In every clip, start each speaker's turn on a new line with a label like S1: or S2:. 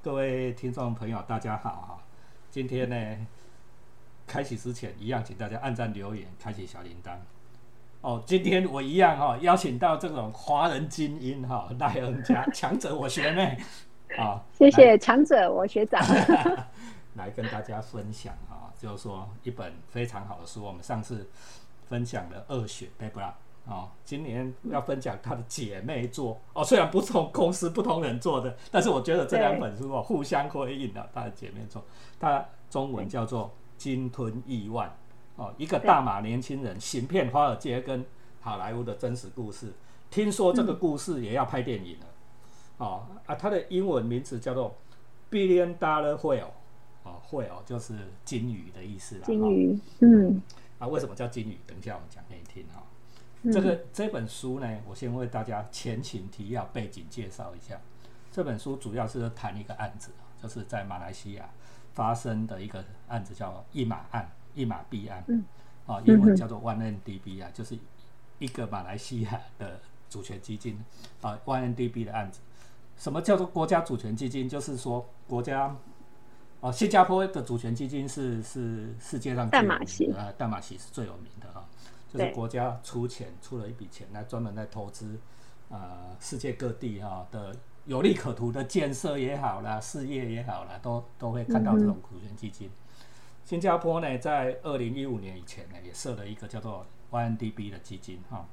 S1: 各位听众朋友，大家好哈！今天呢，开启之前一样，请大家按赞、留言、开启小铃铛。哦，今天我一样哈、邀请到这种华人精英哈、赖恩家强者我学妹啊，
S2: 谢谢强者，我学 长。
S1: 来跟大家分享哈、就是说一本非常好的书，我们上次分享了《恶血 b a b l a 哦，今年要分享她的姐妹作哦，虽然不同公司、不同人做的，但是我觉得这两本书哦互相辉映的，她的姐妹作，它中文叫做《鲸吞亿万》哦，一个大马年轻人行骗华尔街跟好莱坞的真实故事。听说这个故事也要拍电影了，哦啊，它的英文名字叫做 Billion Dollar Whale，哦，Whale 就是金鱼的意思啦。
S2: 金
S1: 哦
S2: 鱼，嗯，
S1: 啊，为什么叫金鱼？等一下我们讲给你听哈、
S2: 嗯
S1: 这个这本书呢，我先为大家前情提要、背景介绍一下。这本书主要是谈一个案子，就是在马来西亚发生的一个案子，叫一马案、一马弊案，
S2: 嗯
S1: 啊，英文
S2: 嗯哼
S1: 叫做 One NDB 啊，就是一个马来西亚的主权基金啊，One NDB 的案子。什么叫做国家主权基金？就是说国家。哦，新加坡的主权基金是是世界上最
S2: 淡马
S1: 有名
S2: 锡
S1: 的呃，淡马锡是最有名的啊、就是
S2: 对
S1: 国家出钱出了一笔钱来专门来投资，呃，世界各地哈、的有利可图的建设也好啦，事业也好啦，都都会看到这种股权基金。新加坡呢，在二零一五年以前呢，也设了一个叫做 YNDB 的基金哈、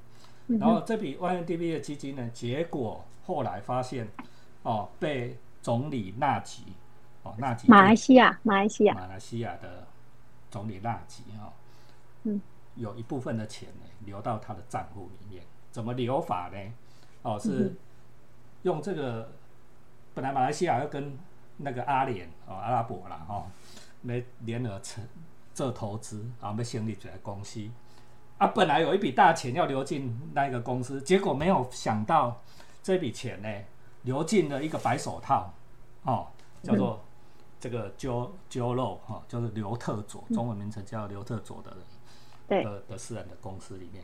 S2: 嗯
S1: 然后这笔 YNDB 的基金呢，结果后来发现哦，被总理纳吉哦，纳吉
S2: 马来西亚，马来西亚，
S1: 马来西亚的总理纳吉哈、哦，
S2: 嗯，
S1: 有一部分的钱呢流到他的账户里面，怎么流法呢？哦，是用这个本来马来西亚要跟那个阿联哦阿拉伯啦哦，没联合成做投资，然后被成立起来公司。啊，本来有一笔大钱要流进那一个公司，结果没有想到这笔钱呢流进了一个白手套，哦，叫做这个 Joe Joe Low 哈、哦，就是刘特佐，中文名称叫刘特佐的人。
S2: 嗯对，嗯
S1: 的的私人的公司里面，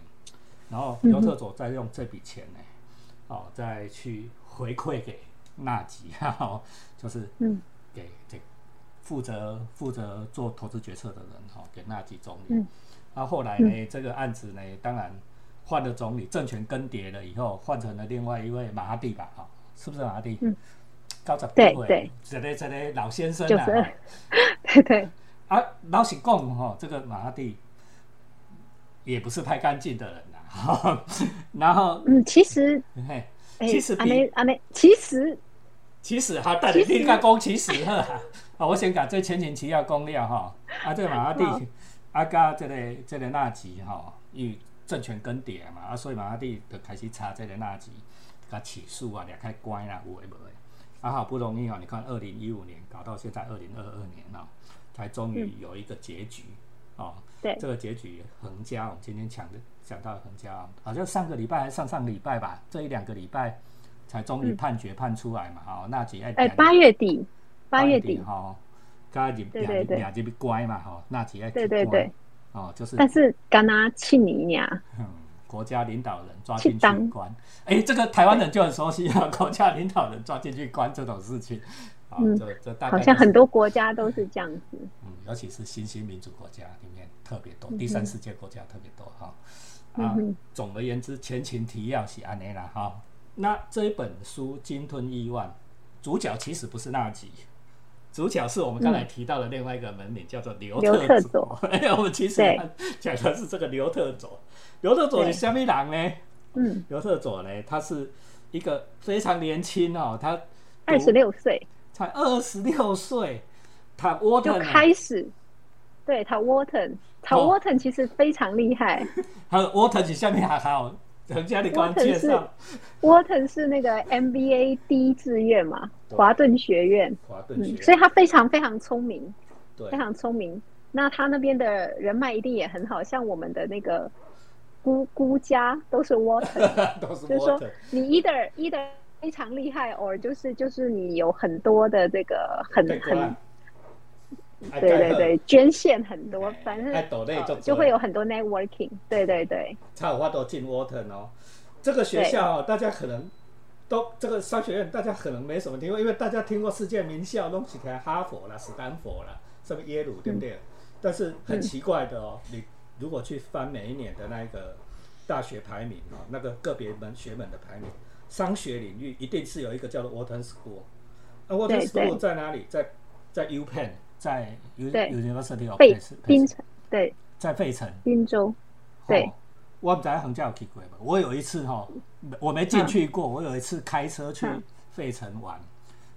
S1: 然后刘特佐再用这笔钱呢，哦，再去回馈给纳吉， 哈、哦，就是
S2: 嗯
S1: 给给负责负责做投资决策的人哈、哦，给纳吉总理。
S2: 嗯
S1: 那、后来呢，这个案子呢，当然换了总理，政权更迭了以后，换成了另外一位马哈蒂吧，哈、哦是不是马哈蒂？
S2: 嗯，
S1: 高十几
S2: 对
S1: 岁
S2: 对，
S1: 这个这个老先生
S2: 就
S1: 啊。
S2: 是
S1: 哈
S2: 对 对，
S1: 啊，老实讲哈、这个马哈蒂也不是太干净的人呐、哈，然后，
S2: 嗯，其实，
S1: 嘿，
S2: 哎
S1: 其实，
S2: 阿
S1: 比、
S2: 妹阿妹，其实，
S1: 其实哈，但你
S2: 其实
S1: 应该讲其实呵啊， 啊，我先讲这前情提要讲了哈，啊，这个马哈
S2: 好
S1: 蒂，啊，加这个这个纳吉哈，因为政权更迭嘛，啊，所以马哈蒂就开始查这个纳吉，甲起诉啊，掠开关啦，有诶无诶，啊，好不容易哦，你看二零一五年搞到现在二零二二年了、才终
S2: 嗯
S1: 于有一个结局、哦。
S2: 对
S1: 这个结局横家，我们今天讲的讲到的横家，好像上个礼拜还是上上礼拜吧，这一两个礼拜才终于判决判出来嘛，哦，那几爱
S2: 嗯哎，八月底，八月底，
S1: 哈、哦，加入
S2: 对对
S1: 两
S2: 对
S1: 两这边乖嘛，哈、哦，那几爱
S2: 对对对，
S1: 哦，就是
S2: 但是干那去你呀，
S1: 嗯，国家领导人抓进
S2: 去
S1: 去
S2: 当
S1: 关，哎，这个台湾人就很熟悉啊，国家领导人抓进去关这种事情，啊、
S2: 嗯
S1: 这这大概
S2: 好像
S1: 就是
S2: 很多国家都是这样子，
S1: 嗯，尤其是新兴民主国家里面特别多，
S2: 嗯哼
S1: 第三世界国家特别多哈。
S2: 嗯
S1: 啊
S2: 哼，
S1: 总而言之，前情提要是安尼啦哈。那这一本书《鲸吞亿万》，主角其实不是纳吉，主角是我们刚才提到的另外一个门名，叫做刘
S2: 刘特
S1: 佐
S2: 佐。
S1: 哎， 我们其实
S2: 对
S1: 讲的是这个刘特佐。刘特佐是
S2: 对
S1: 虾米人呢？
S2: 嗯，
S1: 刘特佐呢，他是一个非常年轻哦，他
S2: 二十
S1: 读
S2: 六岁
S1: 才二十六岁，他啊沃特
S2: 就开始，对，陶沃腾，陶
S1: 哦
S2: 沃腾其实非常厉 害，
S1: 还有 Water 是下面还好，人家你刚刚介绍
S2: 沃腾是那个 MBA 第一志愿嘛，
S1: 对
S2: 华顿学院，
S1: 华顿
S2: 嗯，所以他非常非常聪明，
S1: 对
S2: 非常聪明。那他那边的人脉一定也很好，像我们的那个姑姑家都 是 water，
S1: 都是
S2: 就是说
S1: Water，
S2: 你 either either 非常厉害，or 就是就是你有很多的这个很
S1: 对
S2: 很
S1: 对
S2: 对对对，捐献很多
S1: 哎，
S2: 反正、
S1: 哎斗内
S2: 呃
S1: 就多
S2: 就会有很多 networking，对对对
S1: 才有法度进 Water 哦。这个学校哦，大家可能都这个商学院大家可能没什么听过，因为大家听过世界名校弄起来哈佛啦、斯坦福啦，什么耶鲁，对不
S2: 嗯
S1: 对？但是很奇怪的哦，你如果去翻每一年的那一个大学排名哦，那个个别门学门的排名，商学领域一定是有一个叫做 Wharton School。那 Wharton
S2: 对对
S1: School 在哪里？在在 U Penn，在 U
S2: 对
S1: University of
S2: 费
S1: Penn-
S2: 槟城，对，
S1: 在费城。
S2: 滨州，对
S1: 哦，我不知道恒家有去过吧？我有一次哈、我没进去过。我有一次开车去
S2: 嗯
S1: 费城玩，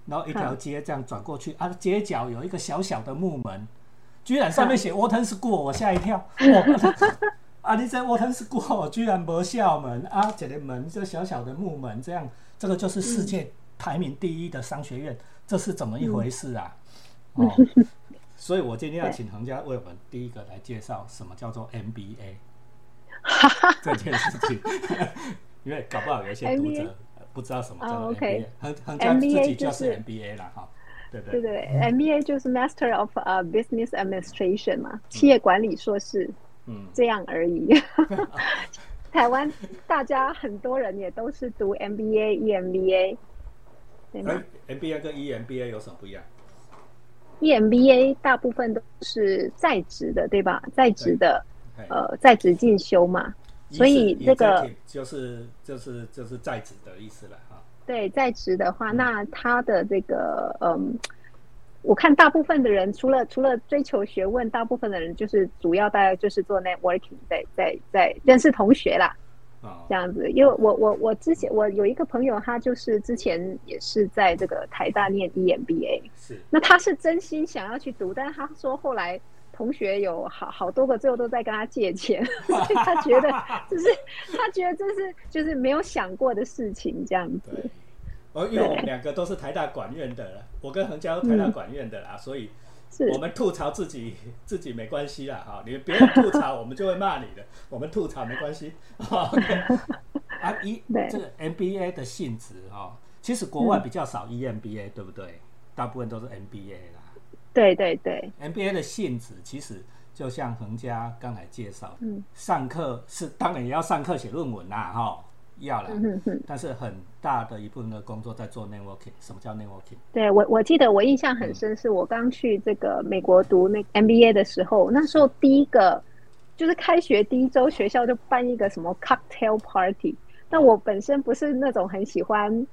S1: 然后一条街这样转过去啊，街角有一个小小的木门，居然上面
S2: 嗯
S1: 写 Wharton School，我吓一 跳。 哦啊，你在 Wharton School 居然没校门啊？这个门这小小的木门这样，这个就是世界排名第一的商学院，这是怎么一回事啊？
S2: 嗯
S1: 哦，所以我今天要请恒家为我们第一个来介绍什么叫做 MBA。这件事情，因为搞不好有一些读
S2: NBA
S1: 者呃不知道什么叫
S2: 哦
S1: 做 MBA，
S2: ，OK
S1: 横横江自
S2: NBA
S1: 己就
S2: 就是是
S1: MBA 啦，哈，对不
S2: 对
S1: 对？
S2: 对对，MBA 就是 Master of 呃、Business Administration 嘛，企业管理硕士
S1: 嗯，
S2: 这样而已。 台湾大家很多人也都是读 MBA、EMBA，对吗、
S1: 而 MBA 跟 E EMBA 有什么不一样？
S2: E EMBA 大部分都是在职的，对吧？在职的
S1: 嘿
S2: 呃，在职进修嘛，所以这个
S1: executive 就是就是就是在职的意思了哈。
S2: 对，在职的话，那他的这个嗯，我看大部分的人除了除了追求学问，大部分的人就是主要大概就是做 networking，在在在认识同学啦，
S1: 啊
S2: 这，样子。因为我我我之前我有一个朋友，他就是之前也是在这个台大念 E EMBA，
S1: 是
S2: 那他是真心想要去读，但是他说后来同学有好好多个，最后都在跟他借钱，所以他觉得就是 他觉得这是就是没有想过的事情这样子。
S1: 对。哦，因为我们两个都是台大管院的啦，我跟恒江都台大管院的啦，所以
S2: 嗯是
S1: 我们吐槽自己自己没关系啦，哈，你别人吐槽我们就会骂你的，我们吐槽没关系。哈啊，一
S2: 对嗯
S1: 这个 MBA 的性质哦，其实国外比较少，E EMBA，、对不对？大部分都是 MBA 啦。
S2: 对对对，
S1: MBA 的性质其实就像恒家刚才介绍，
S2: 嗯
S1: 上课是当然也要上课写论文啦，哈、要啦。
S2: 嗯哼哼，
S1: 但是很大的一部分的工作在做 networking。什么叫 networking？
S2: 对我我记得我印象很深，是我刚去这个美国读那 MBA 的时候，那时候第一个就是开学第一周，学校就办一个什么 cocktail party。那我本身不是那种很喜欢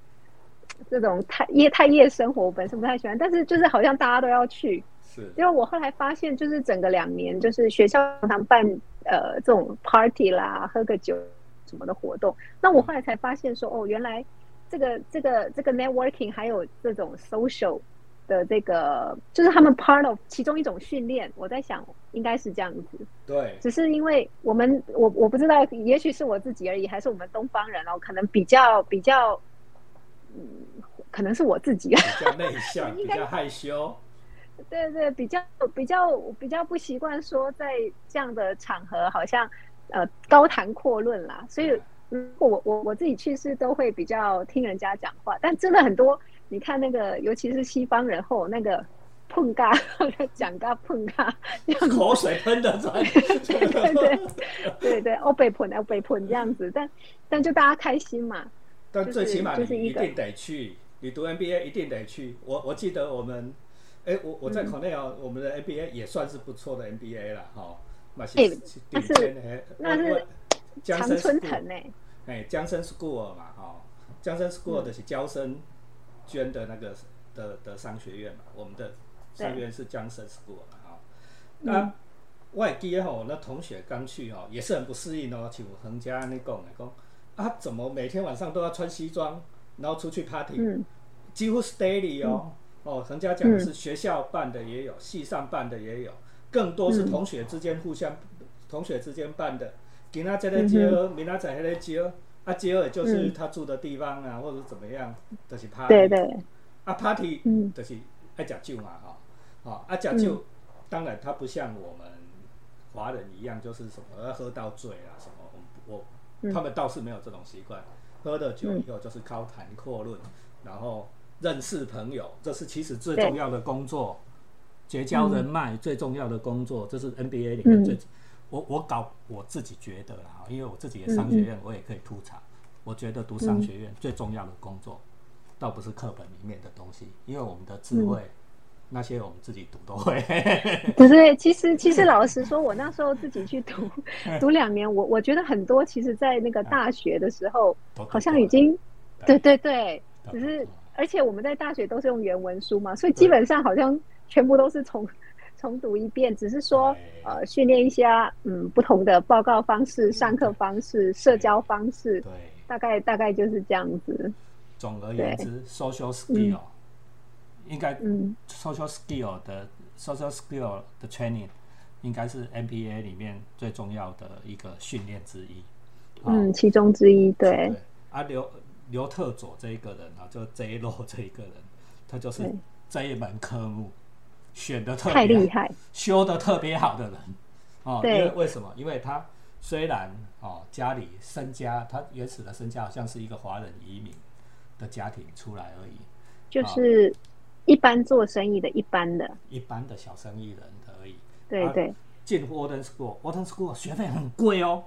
S2: 这种太夜太夜生活，我本身不太喜欢，但是就是好像大家都要去，
S1: 是
S2: 结果我后来发现，就是整个两年，就是学校常常办呃这种 party 啦、喝个酒什么的活动。那我后来才发现说，哦，原来这个这个这个 networking 还有这种 social 的这个，就是他们 part of 其中一种训练。我在想，应该是这样子。
S1: 对，
S2: 只是因为我们，我我不知道，也许是我自己而已，还是我们东方人哦，可能比较比较，嗯，可能是我自己。
S1: 比较内向，比
S2: 应该
S1: 较害羞。
S2: 对对，比较比较比较不习惯说在这样的场合，好像呃高谈阔论啦。所以如果我我我自己去是都会比较听人家讲话，但真的很多，你看那个尤其是西方人后那个碰尬 讲尬碰尬，
S1: 口水喷的出来。
S2: 对对对对对，哦被捧哦被捧这样子，但但就大家开心嘛，
S1: 但最起码
S2: 就是就是
S1: 你
S2: 一
S1: 一
S2: 个
S1: 定得去，你读 MBA 一定得去。我我记得我们，哎，我我在
S2: 嗯
S1: c o r n e l 我们的 MBA 也算是不错的 MBA 了哈，那是
S2: 哎
S1: 顶尖的还，
S2: 那是
S1: 我我江
S2: 常
S1: 森
S2: 春
S1: school
S2: 藤呢、欸
S1: 哎，江森 school 嘛哈，江森 school 的是交生捐的那个的的商学院嘛，我们的商学院是江森 school 嘛哈，那。外地吼，那同学刚去哦，也是很不适应哦，请恒家那讲来讲，啊，怎么每天晚上都要穿西装，然后出去 party，、
S2: 嗯，
S1: 几乎是 daily 哦。哦，恒家讲的是学校办的也有，系上办的也有，更多是
S2: 嗯
S1: 同学之间互相，同学之间办的。给他
S2: 嗯
S1: 这个接，明仔载那个接，啊接也就是他住的地方啊，或者怎么样，就是 party。
S2: 对对，
S1: 啊，party，
S2: 嗯
S1: 就是爱食酒嘛，哈、哦，啊，食酒，当然它不像我们华人一样，就是什么要喝到醉啊，什么，我我、
S2: 嗯
S1: 他们倒是没有这种习惯，喝了酒以后就是高谈阔论，然后认识朋友，这是其实最
S2: 对嗯
S1: 重要的工作，结交人脉最重要的工作，这是 NBA 里
S2: 嗯
S1: 面最，我我搞我自己觉得啦，因为我自己也商学院，我也可以吐槽，我觉得读商学院最重要的工作，倒不是课本里面的东西，因为我们的智慧、
S2: 嗯
S1: 那些我们自己读都会。
S2: 不是，其实其实老实说，我那时候自己去读
S1: 哎
S2: 读两年，我我觉得很多，其实，在那个大学的时候，
S1: 都读
S2: 好像
S1: 过
S2: 已
S1: 了
S2: 经，
S1: 对
S2: 对对对，
S1: 都读
S2: 只是
S1: 过了
S2: 而且我们在大学都是用原文书嘛，所以基本上好像全部都是重重读一遍，只是说
S1: 对
S2: 呃训练一下嗯不同的报告方式、上课方式、社交方式，
S1: 对，
S2: 大概大概就是这样子。
S1: 总而言之，social skill、应该
S2: 嗯
S1: social skill 的 social skill 的 training 应该是 MBA 里面最重要的一个训练之一。啊
S2: 嗯，其中之一，对
S1: 对啊，刘刘特佐这一个人啊，就 J 洛这一个人，他就是
S2: 对
S1: 这一门科目选的特别
S2: 太厉
S1: 好
S2: 害，
S1: 修的特别好的人哦，因
S2: 对
S1: 为为什么？因为他虽然哦家里身家，他原始的身家好像是一个华人移民的家庭出来而已，
S2: 就是一般做生意的一般的，
S1: 一般的小生意人的而已。
S2: 对
S1: 啊
S2: 对，
S1: 进 Warden School，Warden School 学费很贵哦，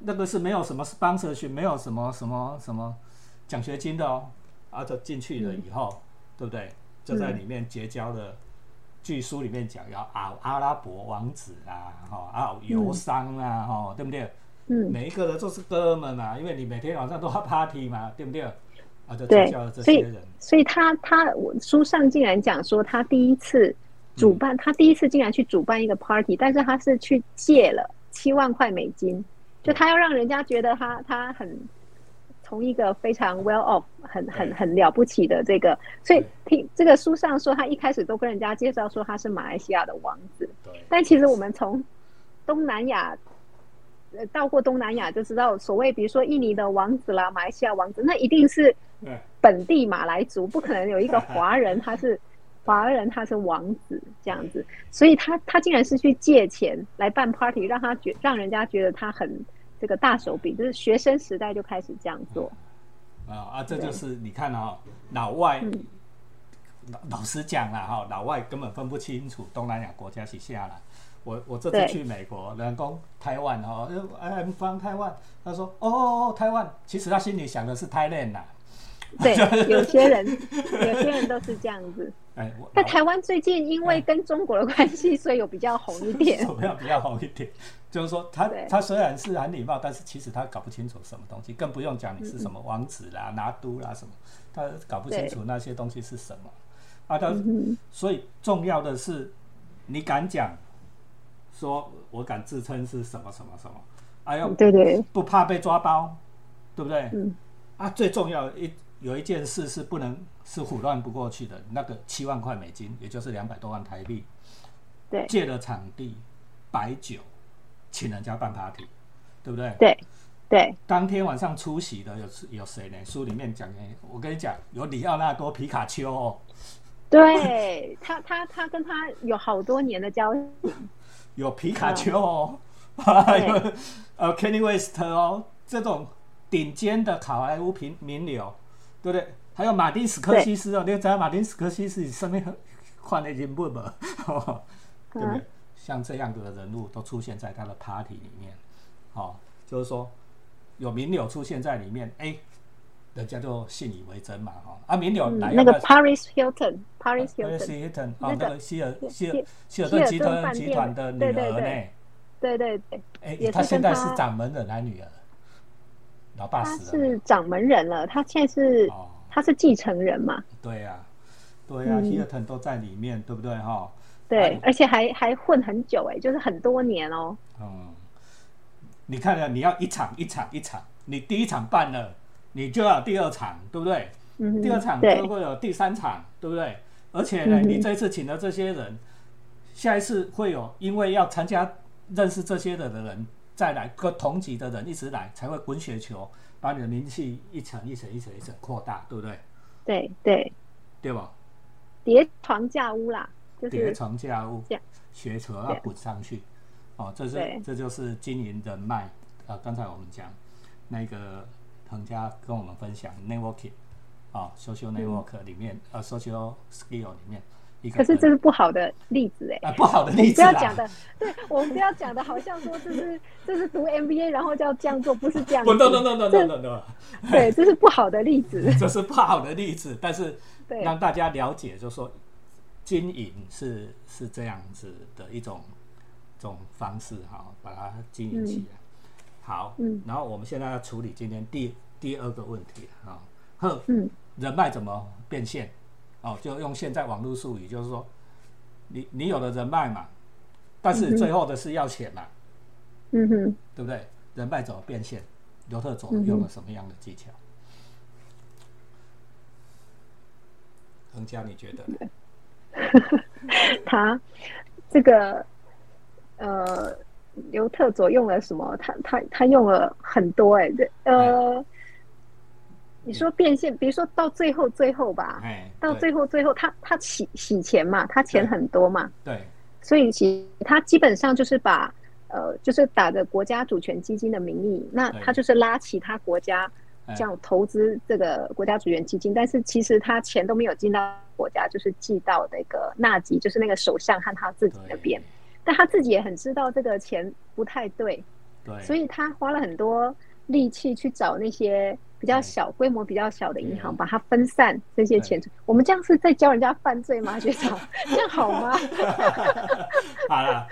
S1: 那个是没有什么 sponsorship，没有什么什么什么奖学金的哦。啊，就进去
S2: 嗯
S1: 了以后，对不对？就在里面结交了，据书里面讲要啊阿拉伯王子啊，哈、啊游商啊，哈、对不对？
S2: 嗯，
S1: 每一个人都是哥们啊，因为你每天晚上都要 party 嘛，对不对？啊，就结
S2: 对
S1: 交了这
S2: 所
S1: 些
S2: 以
S1: 人，
S2: 所以他他我书上竟然讲说他第一次主办，他第一次竟然去主办一个 party，但是他是去借了七万块美金，就他要让人家觉得他他很从一个非常 well off 很很很了不起的这个，所以听这个书上说他一开始都跟人家介绍说他是马来西亚的王子，
S1: 对
S2: 但其实我们从东南亚，呃，到过东南亚就知道，所谓比如说印尼的王子啦、马来西亚王子，那一定是
S1: 对
S2: 本地马来族，不可能有一个华人他是华人他是王子这样子，所以他他竟然是去借钱来办 party，让他觉让人家觉得他很这个大手笔，就是学生时代就开始这样 做，
S1: 啊啊，这就是你看哦，老外、
S2: 嗯
S1: 老老实讲啦哈、老外根本分不清楚东南亚国家是下来。我我这次
S2: 对
S1: 去美国，人工台湾哈、哦呃，I'm from 台湾，他说哦哦哦台湾，其实他心里想的是 Thailand 呐、
S2: 对，有些人有些人都是这样 子。
S1: 哎，我
S2: 但台湾最近因为跟中国的关
S1: 哎
S2: 系，所以有比较红一点。
S1: 怎么样比较好一点？就是说他
S2: 对
S1: 他虽然是很礼貌，但是其实他搞不清楚什么东西，更不用讲你是什么王子啦、拿督啦什么，他搞不清
S2: 嗯对
S1: 楚那些东西是什么。啊，他
S2: 嗯
S1: 所以重要的是，你敢讲，说我敢自称是什么什么什么，哎呦，
S2: 对对，
S1: 不怕被抓包，对不对？
S2: 嗯，
S1: 啊，最重要的一有一件事是不能是胡乱不过去的，那个七万块美金，也就是两百多万台币，
S2: 对
S1: 借了场地、摆酒，请人家办 party，对不对？
S2: 对对，
S1: 当天晚上出席的有有谁呢？书里面讲，哎我跟你讲，有里奥纳多皮卡丘、哦。
S2: 对他他他跟他有好多年的交情，
S1: 有皮卡丘哦，
S2: 嗯 对
S1: 有呃 Kenny West 哦，这种顶尖的好莱坞名名流，对不对？还有马丁斯科西斯哦，你知道马丁斯科西斯上面换了人物吗？ 对不
S2: 嗯
S1: 对？像这样的人物都出现在他的 party 里面，哦，就是说有名流出现在里面，哎，人家就信以为真嘛，哈、哦、啊，名流
S2: 嗯
S1: 来、
S2: 那个
S1: 要不要
S2: Paris Hilton，Paris
S1: 那个
S2: Hilton，
S1: 希尔顿
S2: 那
S1: 啊，
S2: 个
S1: 那个希尔希
S2: 希
S1: 尔
S2: 尔
S1: 希尔顿集
S2: 希尔顿
S1: 团
S2: 饭店
S1: 集团的女
S2: 对对
S1: 儿
S2: 对
S1: 呢？
S2: 对对对，
S1: 哎、
S2: 也是
S1: 他现在
S2: 跟
S1: 是
S2: 他
S1: 掌门人还是女儿？老爸
S2: 他
S1: 死了。
S2: 是掌门人了，他现在是
S1: 哦，
S2: 他是继承人嘛，
S1: 对呀、对呀、
S2: 嗯
S1: 希尔顿都在里面，对不对哈？
S2: 对
S1: 哎，
S2: 而且还还混很久哎，就是很多年哦，
S1: 嗯，你看啊，你要一场一场一场，你第一场办了，你就要有第二场，对不对？
S2: 嗯哼，
S1: 第二场
S2: 对
S1: 就会有第三场，对不对？而且呢，
S2: 嗯哼
S1: 你这一次请的这些人，下一次会有因为要参加认识这些人的人再来，跟同级的人一直来，才会滚雪球，把你的名气一层一层一层一层扩大，对不对？
S2: 对对，
S1: 对吧？
S2: 叠床架屋啦，就
S1: 叠
S2: 是
S1: 床架屋
S2: 这样，
S1: 学球要
S2: 对
S1: 滚上去，哦，这是
S2: 对
S1: 这就是经营人脉。呃，刚才我们讲那个彭家跟
S2: 嗯
S1: 我们分享 networking 啊、哦、，social network 里面、呃 social skill 里面一个
S2: 可是这
S1: 人
S2: 是不好的例子哎、
S1: 啊不好的例
S2: 不
S1: 子
S2: 要
S1: 啦
S2: 讲的，对我们不要讲的，好像说这是这是读 MBA 然后就要这样做，不是这样
S1: 不
S2: 子。
S1: ，no no no no no no no，
S2: 对，这是不好的例子。
S1: 这是不好的例子，但是
S2: 对
S1: 让大家了解，就是说经营是是这样子的一种这种方式哈，把它经营起来。好，
S2: 嗯
S1: 然后我们现在要处理今天第第二个问题啊，呵，
S2: 嗯
S1: 人脉怎么变现？哦，就用现在网络术语，就是说你你有了人脉嘛，但是最后的是要钱嘛，
S2: 嗯哼，
S1: 对不对？人脉怎么变现？刘特佐
S2: 嗯哼
S1: 用了什么样的技巧？恒嘉，你觉得呢？
S2: 他这个呃，刘特佐用了什么？他他他用了很多哎、这
S1: 嗯
S2: 呃，你说变现，比如说到最后最后吧，
S1: 哎，
S2: 到
S1: 对
S2: 最后最后他他洗洗钱嘛，他钱
S1: 对
S2: 很多嘛，
S1: 对
S2: 所以其他基本上就是把呃，就是打着国家主权基金的名义，那
S1: 对
S2: 他就是拉其他国家
S1: 哎
S2: 这样投资这个国家主权基金，但是其实他钱都没有进到国家，就是寄到那个纳吉，就是那个首相和他自己那边。但他自己也很知道这个钱不太对，
S1: 对，
S2: 所以他花了很多力气去找那些比较
S1: 对
S2: 小、规模比较小的银行，
S1: 哎对
S2: 把它分散这些
S1: 对
S2: 钱出。我们这样是在教人家犯罪吗，学长？这样好吗？
S1: 好了，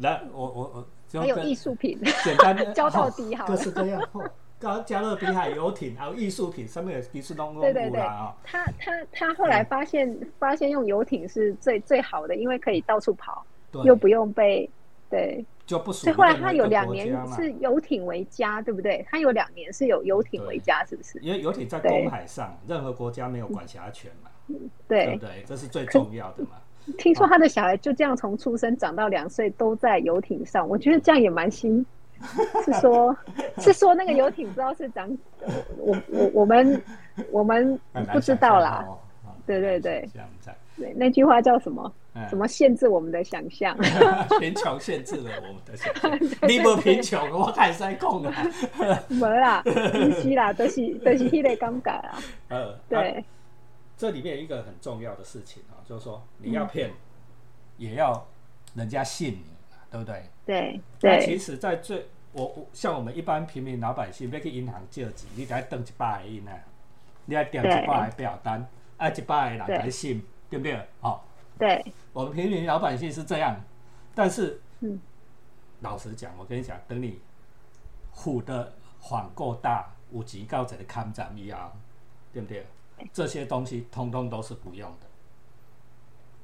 S1: 来，我我 我就
S2: 还有
S1: 跟
S2: 艺术品。
S1: 简单的
S2: 交到底好了
S1: 各式各样。哦高加勒比海游艇，还有艺术品，上面有迪士尼动物
S2: 对对对
S1: 啦啊，
S2: 他他他后来发现、发现用游艇是最最好的，因为可以到处跑，
S1: 哦对，
S2: 又不用被对。
S1: 就不属
S2: 所
S1: 于
S2: 以后来
S1: 任何
S2: 他
S1: 一
S2: 有
S1: 个
S2: 两
S1: 国
S2: 年
S1: 家嘛
S2: 是游艇为家，对不对？他有两年是有游艇为家，是不是？
S1: 因为游艇在
S2: 对
S1: 公海上，任何国家没有管辖权嘛，对
S2: 对
S1: 不，对？这是最重要的哦 嘛。
S2: 听说他的小孩就这样从出生长到两岁都在游艇上，我觉得这样也蛮新。是 说，是说那个游艇不知道是长，我我我们我们
S1: 很难
S2: 不知道
S1: 想
S2: 啦
S1: 象。哦，啊
S2: 对对对
S1: 这样子，
S2: 对那句话叫什么？
S1: 嗯
S2: 什么限制我们的想象？
S1: 贫穷限制了我们的想 象。你不贫穷，我太失控了。
S2: 没啦，不是啦，都是都是迄个感觉啊。
S1: 呃，啊
S2: 对，
S1: 这里面有一个很重要的事情啊，就是说你要骗，也要人家信你嘛，对不对？
S2: 对
S1: 那其
S2: 对，
S1: 实，在最我我像我们一般平民老百姓要去银行借钱，你得登一百个银啊，你要点一百个表单，啊，一百个人来信，对不对？哦，
S2: 对，
S1: 我们平民老百姓是这样，但是，
S2: 嗯
S1: 老实讲，我跟你讲，等你虎的谎够大，有钱到这个看展以后，对不对？这些东西通通都是不用的。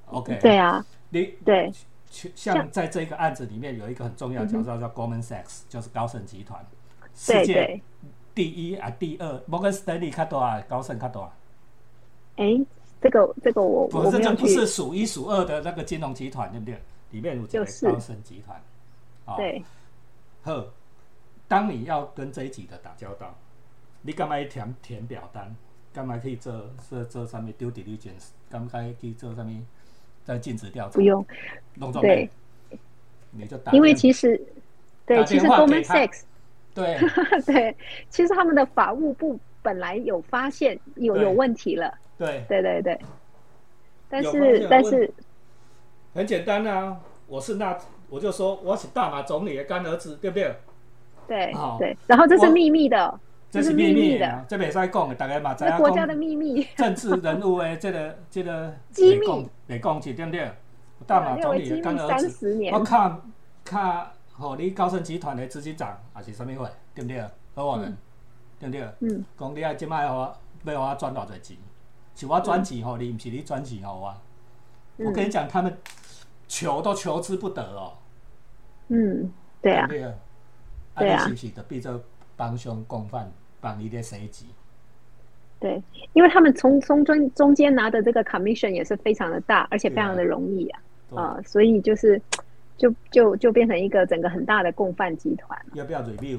S1: OK，
S2: 对啊，
S1: 你
S2: 对，
S1: 去像在这个案子里面有一个很重要的角色叫 Goldman Sachs，就是高盛集团，世
S2: 嗯对
S1: 界
S2: 对。
S1: 第一啊，第二，摩根斯丹利卡多啊，高盛卡多啊，
S2: 哎，这个这个我
S1: 不
S2: 我
S1: 是
S2: 没
S1: 这
S2: 有
S1: 不
S2: 去，
S1: 是数一数二的那个金融集团，对不对？里面有这个
S2: 就是
S1: 高盛集团，哦，
S2: 对
S1: 呵，当你要跟这一级的打交道，你干嘛去填填表单？干嘛去做做做上面 due diligence？干嘛去做上面在尽职调查
S2: 不？用，
S1: 弄到
S2: 对，
S1: 你就打电话，
S2: 因为其实对，
S1: 打
S2: 其
S1: 电
S2: 实
S1: 话给
S2: Goldman
S1: 他
S2: Sachs
S1: 对
S2: 对，其实他们的法务部本来有发现有
S1: 对
S2: 有问题了，
S1: 对，
S2: 对对对，但
S1: 有发现
S2: 是
S1: 有
S2: 但
S1: 问
S2: 是
S1: 很简单啊。我是那，我就说我是大马总理的干儿子，对不对？
S2: 对
S1: 哦
S2: 对，然后这是
S1: 我
S2: 秘密的，
S1: 这
S2: 是
S1: 是秘密
S2: 的，
S1: 啊，这袂使讲的，大家嘛知
S2: 这是国家
S1: 影
S2: 的
S1: 讲
S2: 秘密，
S1: 政治人物的这个这个
S2: 机
S1: 袂
S2: 密
S1: 讲袂讲起，对不对？大马
S2: 列
S1: 总
S2: 为
S1: 理
S2: 机
S1: 的
S2: 密
S1: 干儿
S2: 三
S1: 子。哦
S2: 十年
S1: 我，看看，吼，你高盛集团的执行长也是啥物货，对不对？合伙人，对不对？
S2: 嗯，
S1: 讲你啊，即摆互我要互我转偌侪钱，是我转钱互你，毋是你转钱互我。啊我跟你讲，他们求都求之不得哦，
S2: 嗯，对啊，
S1: 对不对？
S2: 对啊
S1: 你是不是就变做帮凶共犯，帮你咧生钱？
S2: 对，因为他们从从中中间拿的这个 commission 也是非常的大，而且非
S1: 对啊
S2: 常的容易啊，
S1: 对，
S2: 啊、所以就是就就就变成一个整个很大的共犯集团，
S1: 要不要 review？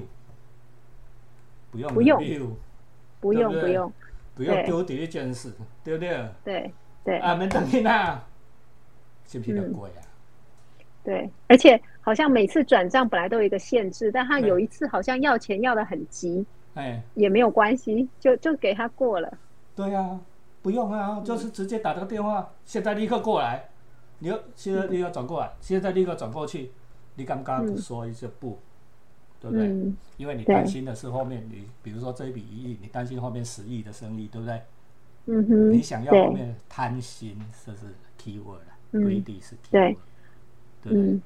S1: 不用
S2: 不用
S1: review，
S2: 不
S1: 对
S2: 用
S1: 不
S2: 不
S1: 对
S2: 用，
S1: 不用
S2: 对
S1: due diligence，对不对？
S2: 对对
S1: 啊，免等你啦，是不是就贵啊？
S2: 对，而且好像每次转账本来都有一个限制，但他
S1: 对
S2: 有一次好像要钱要的很急，
S1: 哎。
S2: 也没有关系，就就给他过了，
S1: 啊
S2: 嗯
S1: 对呀、不用啊，就是直接打这个电话，现在立刻过来，你又现在立刻转过
S2: 嗯
S1: 来，现在立刻转过去，你刚刚说一些不，对不对？
S2: 嗯，
S1: 因为你
S2: 对
S1: 担心的是后面你，比如说这一笔一亿，你担心后面十亿的生意，对不对？
S2: 嗯哼，
S1: 你想要
S2: 对
S1: 后面贪心，这是 keyword 啦、
S2: 嗯
S1: greedy 是 keyword，
S2: 对
S1: 对不对？
S2: 嗯，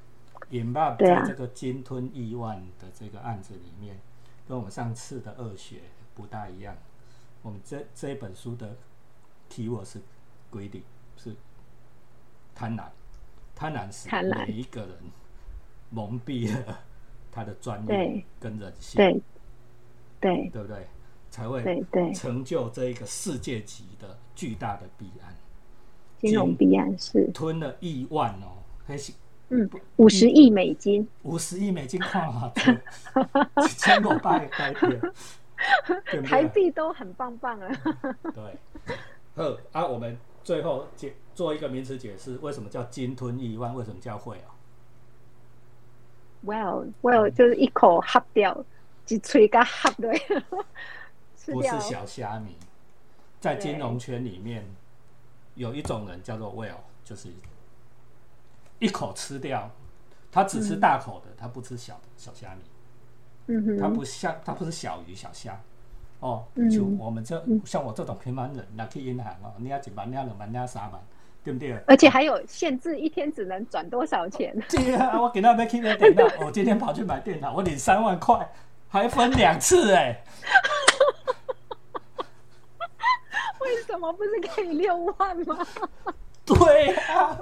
S1: 引爆
S2: 对
S1: 在
S2: 啊
S1: 这个鲸吞亿万的这个案子里面，跟我们上次的恶学不大一样。我们这这一本书的 keyword 是 greedy，是贪婪，贪婪使
S2: 贪婪
S1: 每一个人蒙蔽了他的专业
S2: 对
S1: 跟人性，
S2: 对，对，
S1: 对不对？才会
S2: 对对，
S1: 成就这一个世界级的巨大的弊案，
S2: 金融必然是
S1: 吞了亿万哦，还是
S2: 五十亿美金，
S1: 五十亿美金看好的，一千五百个台币，对不
S2: 台
S1: 对？
S2: 币都很棒棒啊。
S1: 对。好啊，我们最后解做一个名词解释，为什么叫鲸吞亿万？为什么叫会啊？
S2: Well well，就是一口喝掉，一吹给喝对， 吃
S1: 不
S2: 掉
S1: 是。小虾米，在
S2: 对
S1: 金融圈里面有一种人叫做 whale，就是一口吃掉，他只吃大口的，他不吃小小虾米。
S2: 嗯
S1: 它
S2: 哼，
S1: 不像它不是小鱼小虾，哦，
S2: 嗯
S1: 就我们这像我这种平凡人，那去银行哦，你要一万，你要两万，你要三万，对不对？
S2: 而且还有限制，一天只能转多 少钱？
S1: 对啊，我给他们去买电脑，我今天跑去买电脑，我领三万块，还分两次哎、
S2: 为什么不是可以六万 吗？
S1: 对啊，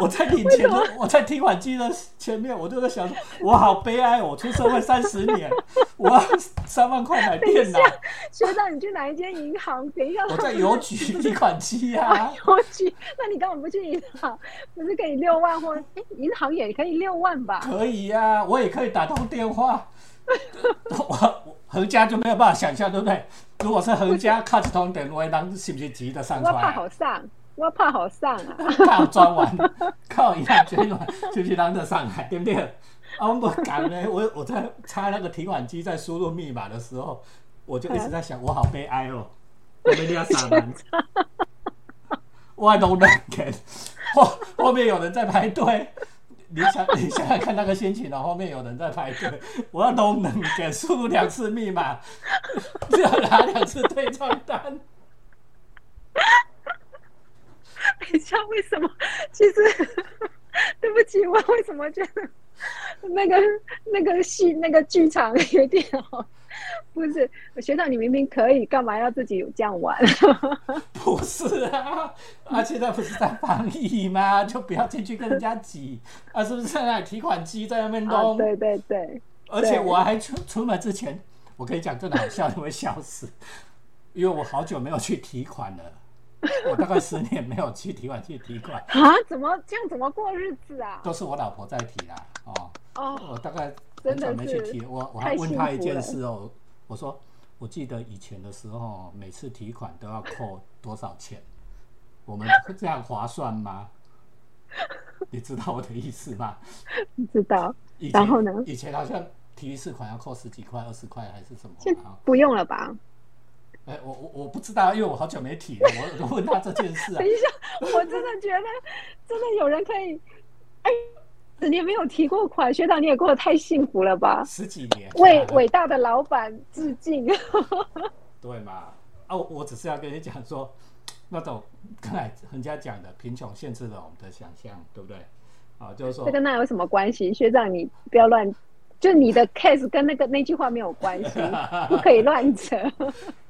S1: 我在领钱的，我在提款机的前面，我就在想说，我好悲哀哦，我出社会三十年，我要三万块买电脑，
S2: 学长，你去哪一间银行？等一下，
S1: 我在邮局 提款机
S2: 哎
S1: 啊。
S2: 我去，那你干嘛不去银行？不是可以六万或诶银行也可以六万吧？
S1: 可以呀、我也可以打通电话。我我恒家就没有办法想象，对不对？如果是恒家卡一通电话，人是不是急得上
S2: 我怕
S1: 船
S2: 好？上，我怕好上啊！
S1: 靠转弯， 靠一趟圈完，是不是让得上来，对不对？啊，我不敢呢，我我在插那个提款机在输入密码的时候，我就一直在想，我好悲哀哦，我被人家傻人，我都能给 后后面有人在排队。你想，你想想看那个心情哦，后面有人在排队，我要都能给输入两次密码，只要拿两次对账单。
S2: 等一下，为什么？ 其实对不起，我为什么觉得 那个那个戏那个剧场有点好？ 不是学长，你明明可以，干嘛要自己这样玩？
S1: 不是啊，啊，现在不是在防疫 吗？就不要进去跟人家挤啊，是不是在那里提款机在那边
S2: 啊，
S1: 弄？
S2: 对对对，
S1: 而且我还出出门之前，我跟你讲，真的好笑，你会笑死，因为我好久没有去提款了，我大概十年没有去提款去提款，
S2: 啊，怎么这样怎么过日子啊？
S1: 都是我老婆在提啦，哦，
S2: 哦，
S1: 我大概很久没去提，我我还问他一件事哦，我说我记得以前的时候，哦每次提款都要扣多少钱，我们这样划算吗？你知道我的意思吗？
S2: 你知道，
S1: 以前
S2: 然后呢
S1: 以前好像提一次款要扣十几块、二十块还是什么
S2: 现
S1: 啊？
S2: 不用了吧？
S1: 哎、我我我不知道，因为我好久没提了，我我问他这件 事啊
S2: 等。一下，我真的觉得，真的有人可以，哎，十年没有提过款，学长你也过得太幸福了吧？
S1: 十几年，啊
S2: 为伟大的老板致敬。
S1: 对嘛？啊，我我只是要跟你讲说，那种刚才人家讲的贫穷限制了我们的想象，对不对？啊，就是说
S2: 这，跟那有什么关系？学长，你不要乱，就你的 case 跟那个那句话没有关 系，不可以乱扯。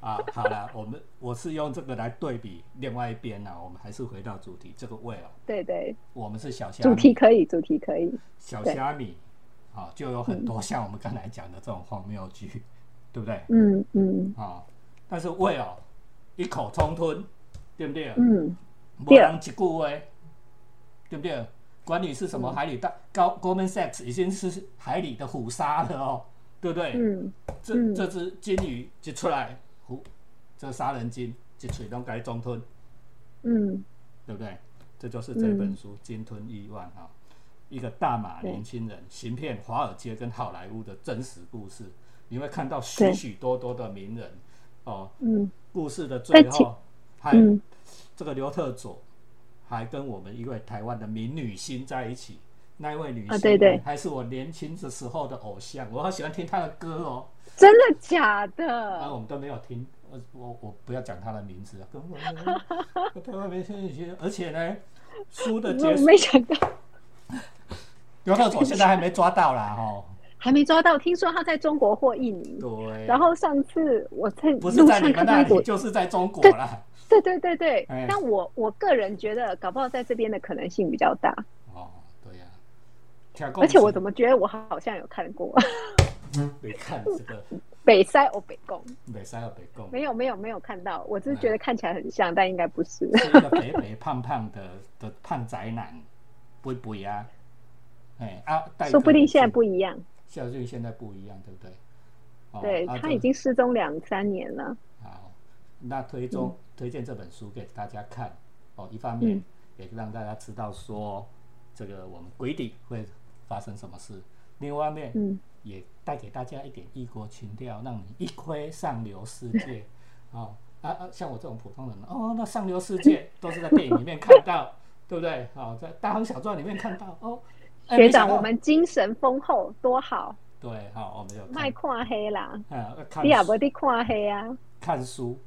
S1: 啊，好了，我们我是用这个来对比另外一边呢、我们还是回到主题，这个胃哦，
S2: 对对，
S1: 我们是小虾
S2: 主题
S1: 米，
S2: 可以，主题可以。
S1: 小
S2: 对嗯
S1: 虾米，啊，就有很多像我们刚才讲的这种荒谬剧，对不对？
S2: 嗯嗯
S1: 啊，但是胃哦，一口通吞，对不对？
S2: 嗯，
S1: 无人一句话，对不对？管你是什么海里大高 Goldman Sachs 已经是海里的虎鲨了哦，对不对？
S2: 嗯
S1: 这
S2: 嗯
S1: 这只金鱼一出来，虎这杀人鲸一嘴拢该中吞，
S2: 嗯，
S1: 对不对？这就是这本书《鲸吞亿万》啊、一个大马年轻人行骗华尔街跟好莱坞的真实故事。你会看到许
S2: 对
S1: 许多多的名人哦，
S2: 嗯
S1: 故事的最
S2: 但其
S1: 后，还
S2: 嗯
S1: 这个刘特佐，还跟我们一位台湾的名女星在一起。那一位女星、
S2: 啊对对
S1: 还是我年轻的时候的偶像，我好喜欢听她的歌哦。
S2: 真的假
S1: 然后
S2: 的？
S1: 我们都没有听，我我我不要讲她的名字啊，跟我台湾明星一些，而且呢，书的结
S2: 我
S1: 束，
S2: 没想到，
S1: 刘特佐现在还没抓到啦，哦，
S2: 还没抓到。听说他在中国或印尼。
S1: 对，
S2: 然后上次我在
S1: 不
S2: 路
S1: 是在
S2: 上
S1: 你
S2: 看
S1: 们
S2: 到
S1: 那
S2: 一股
S1: 里，，就是在中国啦。
S2: 对对对对。
S1: 哎
S2: 但我我个人觉得，搞不好在这边的可能性比较大。
S1: 哦，对呀、听说
S2: 而且我怎
S1: 么
S2: 么觉得我好像有看过
S1: 没看这个
S2: 北塞欧北贡？
S1: 北塞尔北贡？
S2: 没有没有没有看到，我
S1: 嗯
S2: 只是觉得看起来很像，但应该不是。
S1: 是一个肥肥胖胖的的胖宅男，不不一样。哎啊，戴
S2: 说不定现在
S1: 一
S2: 不一样。
S1: 样，说不定现在不一样，对不对？哦
S2: 对
S1: 啊
S2: 他
S1: 这
S2: 已经失踪两三年了。
S1: 好，那推中、推荐这本书给大家看哦，一方面
S2: 嗯
S1: 也让大家知道说这个我们鬼底会发生什么事，另外一面
S2: 嗯，
S1: 也带给大家一点异国情调，让你一窥上流世界。 哦，啊啊，像我这种普通人，哦，那上流世界都是在电影里面看到，对不对？哦，在《大亨小传》里面看到，哦，哎
S2: 学
S1: 没想
S2: 长，
S1: 到
S2: 我们精神丰厚多好，
S1: 对，好、我们有
S2: 卖
S1: 看，
S2: 跨黑啦，
S1: 啊，看
S2: 你也
S1: 书
S2: 不得跨黑啊。
S1: 看书，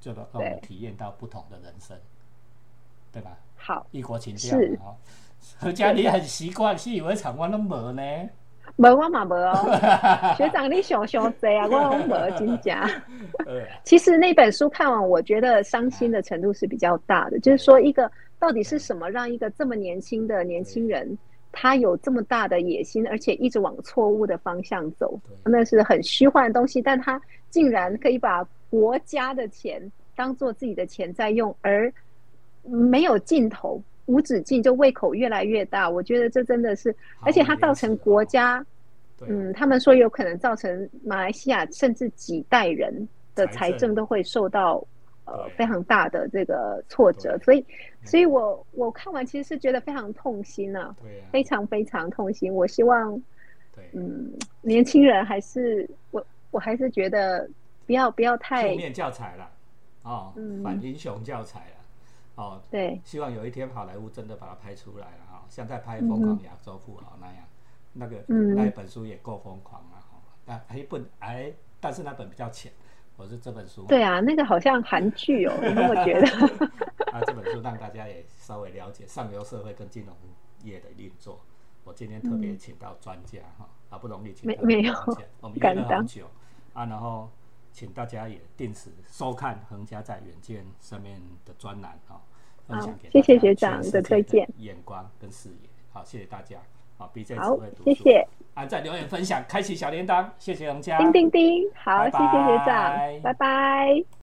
S1: 就能让我们
S2: 对
S1: 体验到不同的人生，对吧？
S2: 好，
S1: 异国情调
S2: 是
S1: 哦，何家你很习惯，习以为常，我都没呢。
S2: 没我嘛 没哦，学长你想想谁啊？我拢没真假。
S1: 呃，
S2: 其实那本书看完，我觉得伤心的程度是比较大的，就是说一个到底是什么让一个这么年轻的年轻人，他有这么大的野心，而且一直往错误的方向走，
S1: 对啊
S2: 那是很虚幻的东西，但他竟然可以把国家的钱当做自己的钱在用，而没有尽头。无止境，就胃口越来越大。我觉得这真的是，而且它造成国家
S1: 啊对，啊
S2: 嗯，他们说有可能造成马来西亚甚至几代人的
S1: 财
S2: 财
S1: 政
S2: 政都会受到呃
S1: 对嗯
S2: 非常大的这个挫折，所以，所以我我看完其实是觉得非常痛心啊，
S1: 对呀、
S2: 非常非常痛心。我希望，
S1: 对，啊
S2: 嗯，年轻人还是我我还是觉得不要不要太
S1: 负面教材啦，哦，
S2: 哎嗯
S1: 反英雄教材啦，哦，
S2: 对
S1: 希望有一天好莱坞真的把它拍出来了啊、哦，像在拍《疯狂亚洲富豪》那样，那个、
S2: 嗯
S1: 那一本书也够疯狂了、哦，但还一本哎，但是那本比较浅，我是这本书
S2: 对啊，那个好像韩剧哦， 你有没有觉得？
S1: 啊，这本书让大家也稍微了解上流社会跟金融业的运作。我今天特别请到专家哈、好不容易请
S2: 没
S1: 到专家
S2: 没有
S1: 我们约
S2: 敢
S1: 了很
S2: 当
S1: 久啊，然后请大家也定时收看恒家在远见上面的专栏哈、分享给
S2: 好谢
S1: 大家
S2: 谢学
S1: 全
S2: 长
S1: 世
S2: 的
S1: 界
S2: 推荐、
S1: 眼光跟视野。好，谢谢大家。好，B J 只
S2: 好
S1: 会，读
S2: 谢
S1: 书，
S2: 谢，
S1: 按赞、留言、分享，开启小铃铛，谢谢恒家，
S2: 叮叮叮，好，
S1: 拜
S2: 谢谢学长
S1: 拜，
S2: 拜拜。